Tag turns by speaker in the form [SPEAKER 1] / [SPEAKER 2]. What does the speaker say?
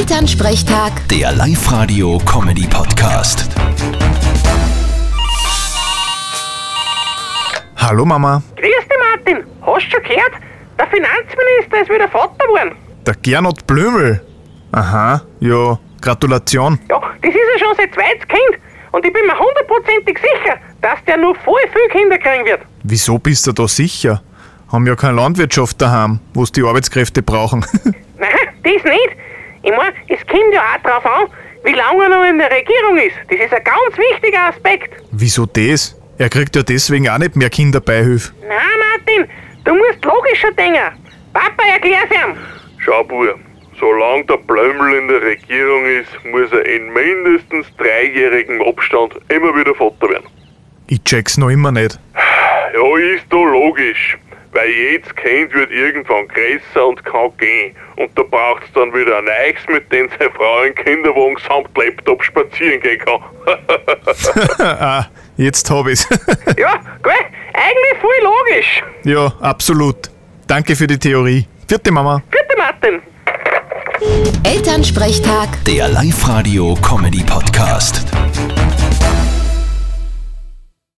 [SPEAKER 1] Elternsprechtag,
[SPEAKER 2] Der Live-Radio-Comedy-Podcast.
[SPEAKER 3] Hallo Mama,
[SPEAKER 4] Grüß dich, Martin. Hast schon gehört? Der Finanzminister ist wieder Vater geworden.
[SPEAKER 3] der Gernot Blümel. Aha, ja, Gratulation.
[SPEAKER 4] Ja, das ist ja schon sein zweites Kind. Und ich bin mir hundertprozentig sicher, dass der nur voll viele Kinder kriegen wird.
[SPEAKER 3] Wieso bist du da sicher? Haben ja keine Landwirtschaft daheim, wo die Arbeitskräfte brauchen.
[SPEAKER 4] Nein, das nicht. Ich meine, es kommt ja auch drauf an, wie lange er noch in der Regierung ist. Das ist ein ganz wichtiger Aspekt.
[SPEAKER 3] Wieso das? Er kriegt ja deswegen auch nicht mehr Kinderbeihilfe.
[SPEAKER 4] Nein, Martin, du musst logischer denken. Papa, erklär's ihm.
[SPEAKER 5] Schau, Bub, solange der Blömel in der Regierung ist, muss er in mindestens dreijährigem Abstand immer wieder Vater werden.
[SPEAKER 3] Ich check's noch immer nicht.
[SPEAKER 5] Ja, ist doch logisch, weil jedes Kind wird irgendwann größer und kann gehen. Und da braucht's dann wieder ein Eichs, mit dem seine Frau in den Kinderwagen samt Laptop spazieren gehen kann.
[SPEAKER 3] ah, jetzt hab ich's.
[SPEAKER 4] Ja, gell? Eigentlich voll logisch.
[SPEAKER 3] ja, absolut. Danke für die Theorie. Vierte Mama.
[SPEAKER 4] Bitte, Martin.
[SPEAKER 1] Elternsprechtag.
[SPEAKER 2] Der Live-Radio-Comedy-Podcast.